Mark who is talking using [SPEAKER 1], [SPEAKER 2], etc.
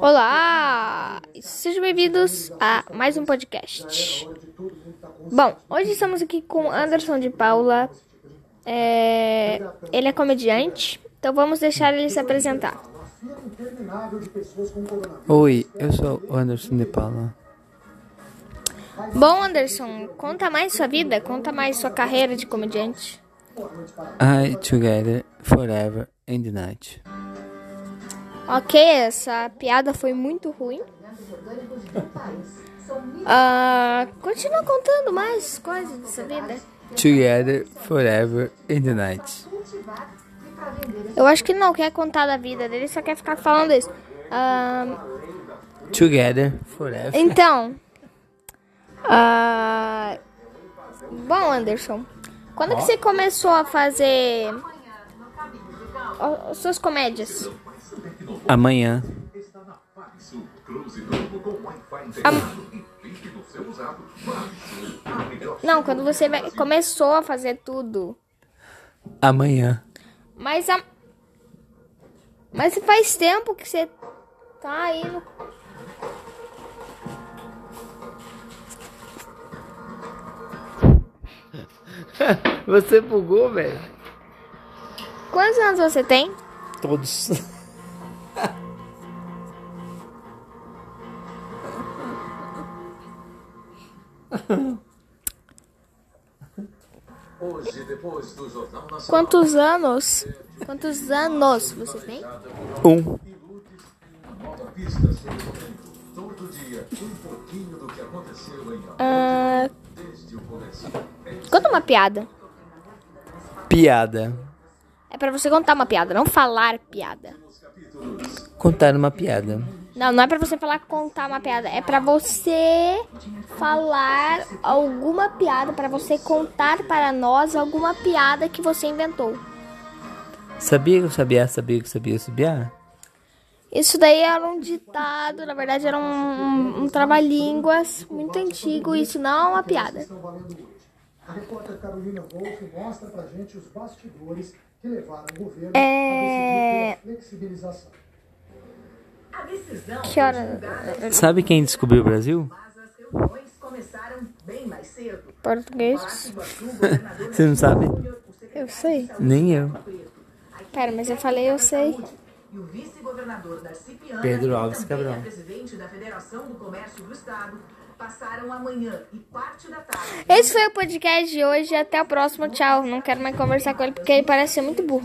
[SPEAKER 1] Olá! Sejam bem-vindos a mais um podcast. Bom, hoje estamos aqui com Anderson de Paula. É, Ele é comediante, então vamos deixar ele se apresentar.
[SPEAKER 2] Oi, eu sou o Anderson de Paula.
[SPEAKER 1] Bom, Anderson, conta mais sua vida, conta mais sua carreira de comediante.
[SPEAKER 2] I together forever in the night.
[SPEAKER 1] Ok, essa piada foi muito ruim. Ah, continua contando mais coisas dessa vida.
[SPEAKER 2] Together forever in the night.
[SPEAKER 1] Eu acho que ele não quer contar da vida dele, só quer ficar falando isso. Ah,
[SPEAKER 2] Together forever.
[SPEAKER 1] então. ah, bom, Anderson, quando que você começou a fazer a- as suas comédias?
[SPEAKER 2] Amanhã.
[SPEAKER 1] Não, quando você vai- começou a fazer tudo.
[SPEAKER 2] Amanhã.
[SPEAKER 1] Mas a. Mas faz tempo que você tá aí no.
[SPEAKER 2] Você bugou, velho?
[SPEAKER 1] Quantos anos você tem?
[SPEAKER 2] Todos.
[SPEAKER 3] Hoje, depois do Jornal Nacional,
[SPEAKER 1] Quantos anos? Quantos anos você tem?
[SPEAKER 2] Um.
[SPEAKER 3] Moda Pista sobre o mundo. Todo dia, um pouquinho do que aconteceu em Amor
[SPEAKER 1] Ah,
[SPEAKER 3] desde o começo.
[SPEAKER 1] conta uma piada.
[SPEAKER 2] Piada.
[SPEAKER 1] É pra você contar uma piada, não falar piada.
[SPEAKER 2] Contar uma piada.
[SPEAKER 1] Não, não é pra você falar contar uma piada. É pra você falar alguma piada, pra você contar para nós alguma piada que você inventou.
[SPEAKER 2] Sabia que eu sabia, sabia que eu sabia, sabia?
[SPEAKER 1] Isso daí era um ditado, na verdade era um, um, um trava-línguas muito antigo, isso não é uma piada.
[SPEAKER 4] estão valendo hoje. A repórter Carolina Wolff mostra pra gente os bastidores que levaram o governo
[SPEAKER 1] É.
[SPEAKER 4] a decidir pela flexibilização.
[SPEAKER 5] A decisão
[SPEAKER 1] Que hora?
[SPEAKER 2] Sabe quem descobriu o Brasil?
[SPEAKER 5] mas as reuniões começaram bem mais cedo.
[SPEAKER 1] Português?
[SPEAKER 5] Iguaçu, governador
[SPEAKER 2] Você não sabe?
[SPEAKER 5] Júnior, o secretário
[SPEAKER 1] Eu sei.
[SPEAKER 2] Nem eu.
[SPEAKER 1] Pera, mas eu falei, eu sei.
[SPEAKER 5] e o vice-governador da Cipiana,
[SPEAKER 2] Pedro Alves
[SPEAKER 5] que também
[SPEAKER 2] Cabral.
[SPEAKER 5] é presidente da Federação do Comércio do Estado, passaram a manhã e parte da tarde
[SPEAKER 1] Esse foi o podcast de hoje, até o próximo, tchau. Não quero mais conversar com ele porque ele parece ser muito burro.